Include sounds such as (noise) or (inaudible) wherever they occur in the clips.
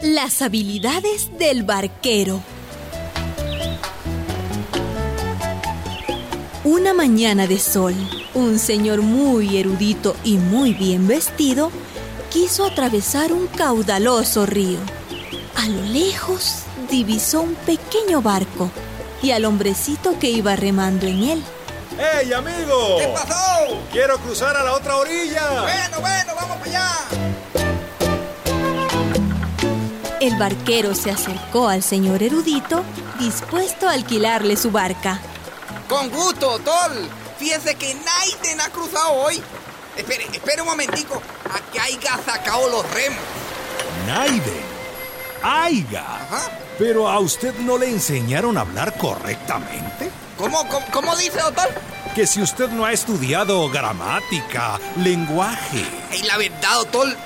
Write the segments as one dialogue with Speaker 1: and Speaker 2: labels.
Speaker 1: Las habilidades del barquero. Una mañana de sol, un señor muy erudito y muy bien vestido quiso atravesar un caudaloso río. A lo lejos divisó un pequeño barco y al hombrecito que iba remando en él.
Speaker 2: ¡Ey, amigo!
Speaker 3: ¿Qué pasó?
Speaker 2: Quiero cruzar a la otra orilla.
Speaker 3: Bueno, bueno, vamos para allá.
Speaker 1: El barquero se acercó al señor erudito, dispuesto a alquilarle su barca.
Speaker 3: Con gusto, Tol. Fíjese que Naiden ha cruzado hoy. Espere, espere un momentico a que haya sacado los remos.
Speaker 4: Naiden. Aiga.
Speaker 3: Ajá.
Speaker 4: Pero a usted no le enseñaron a hablar correctamente.
Speaker 3: ¿Cómo, cómo, cómo dice, doctor?
Speaker 4: Que si usted no ha estudiado gramática, lenguaje.
Speaker 3: Y la verdad, doctor,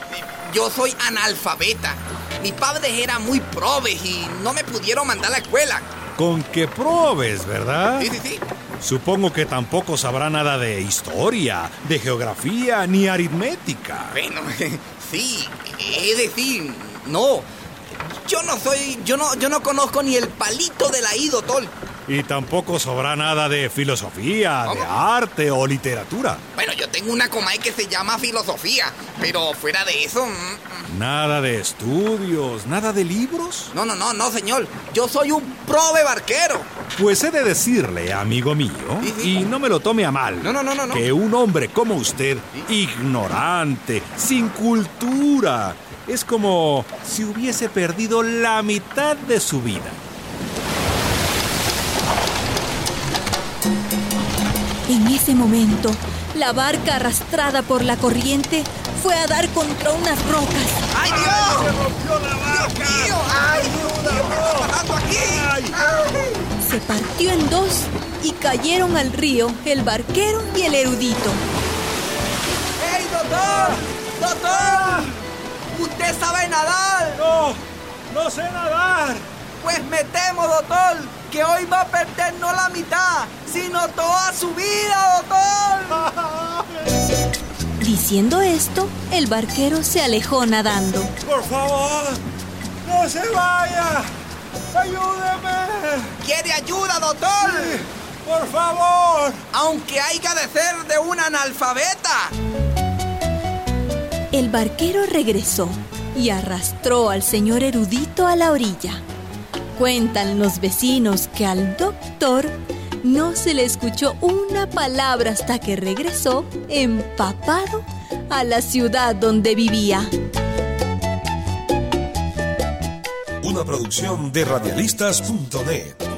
Speaker 3: yo soy analfabeta. Mis padres eran muy probes y no me pudieron mandar a la escuela.
Speaker 4: Con que probes, ¿verdad?
Speaker 3: Sí, sí, sí.
Speaker 4: Supongo que tampoco sabrá nada de historia, de geografía ni aritmética.
Speaker 3: Bueno, (laughs) sí, es decir, no. Yo no soy, yo no, yo no conozco ni el palito de la I, doctor.
Speaker 4: Y tampoco sabrá nada de filosofía, de
Speaker 3: ¿Cómo?
Speaker 4: arte o literatura.
Speaker 3: Bueno, yo tengo una comay que se llama filosofía, pero fuera de eso, mm,
Speaker 4: Nada de estudios, nada de libros.
Speaker 3: no, no, no, no, señor. Yo soy un probe barquero.
Speaker 4: Pues he de decirle, amigo mío,
Speaker 3: Sí, sí.
Speaker 4: y no me lo tome a mal,
Speaker 3: No, no, no, no, no.
Speaker 4: que un hombre como usted, ignorante, sin cultura, es como si hubiese perdido la mitad de su vida.
Speaker 1: En ese momento, la barca arrastrada por la corriente fue a dar contra unas rocas.
Speaker 3: ¡Ay, Dios! ¡Dios mío! ¡Ay, Dios! ¿Qué está pasando aquí?
Speaker 1: Se partió en dos y cayeron al río el barquero y el erudito.
Speaker 3: ¡Ey, doctor! ¡Doctor! ¡Usted sabe nadar!
Speaker 4: No, no sé nadar.
Speaker 3: Pues me temo, doctor, que hoy va a perder no la mitad, sino toda su vida, doctor.
Speaker 1: Diciendo esto, el barquero se alejó nadando.
Speaker 4: (laughs) Por favor, no se vaya. Ayúdeme.
Speaker 3: ¿Quiere ayuda, doctor?
Speaker 4: Por favor.
Speaker 3: Aunque haya de ser de un analfabeta.
Speaker 1: El barquero regresó y arrastró al señor erudito a la orilla. Cuentan los vecinos que al doctor no se le escuchó una palabra hasta que regresó empapado a la ciudad donde vivía.
Speaker 5: Una producción de radialistas.net.